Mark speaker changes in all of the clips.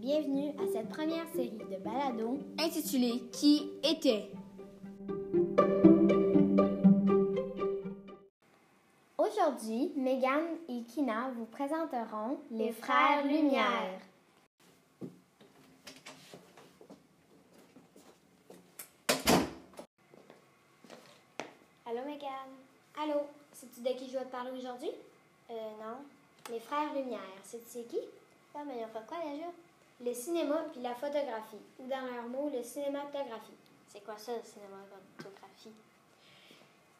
Speaker 1: Bienvenue à cette première série de baladons
Speaker 2: intitulé Qui était
Speaker 1: Aujourd'hui, Megan et Kina vous présenteront les Frères Lumière.
Speaker 3: Allô, Megan. Allô, c'est-tu de qui je dois te parler aujourd'hui?
Speaker 1: Euh, non, les Frères Lumière, c'est c'est qui?
Speaker 3: Ah, mais on fait quoi déjà?
Speaker 1: Le cinéma puis la photographie, ou dans leurs mots, le cinématographie.
Speaker 3: C'est quoi ça, le cinématographie?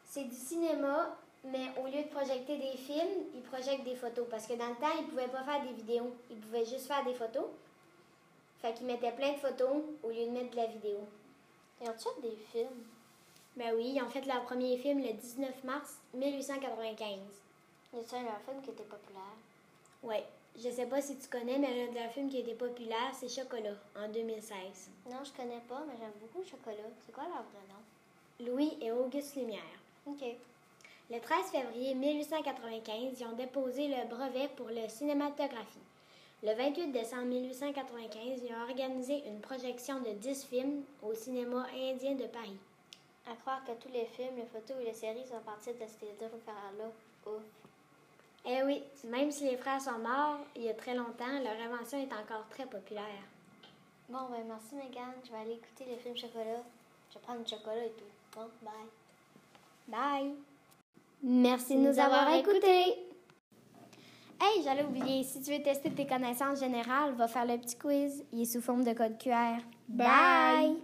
Speaker 1: C'est du cinéma, mais au lieu de projeter des films, ils projettent des photos. Parce que dans le temps, ils pouvaient pas faire des vidéos, ils pouvaient juste faire des photos. Fait qu'ils mettaient plein de photos au lieu de mettre de la vidéo.
Speaker 3: Et on fait des films?
Speaker 1: Ben oui, ils ont fait leur premier film le 19 mars 1895.
Speaker 3: Y a-t-il un film qui était populaire?
Speaker 1: Ouais, je sais pas si tu connais, mais l'un de leurs films qui était populaire, c'est Chocolat, en 2016.
Speaker 3: Non, je connais pas, mais j'aime beaucoup le chocolat. C'est quoi leur vrai nom?
Speaker 1: Louis et Auguste Lumière.
Speaker 3: Ok.
Speaker 1: Le 13 février 1895, ils ont déposé le brevet pour le cinématographie. Le 28 décembre 1895, ils ont organisé une projection de 10 films au cinéma indien de Paris.
Speaker 3: À croire que tous les films, les photos et les séries sont partis de ces œuvres là Ouf.
Speaker 1: Eh oui, même si les frères sont morts il y a très longtemps, leur invention est encore très populaire.
Speaker 3: Bon, ben merci, Megan. Je vais aller écouter les films chocolat. Je vais prendre du chocolat et tout. Bon, bye.
Speaker 1: Bye! Merci de nous avoir écoutés! Hey, j'allais oublier, si tu veux tester tes connaissances générales, va faire le petit quiz. Il est sous forme de code QR. Bye.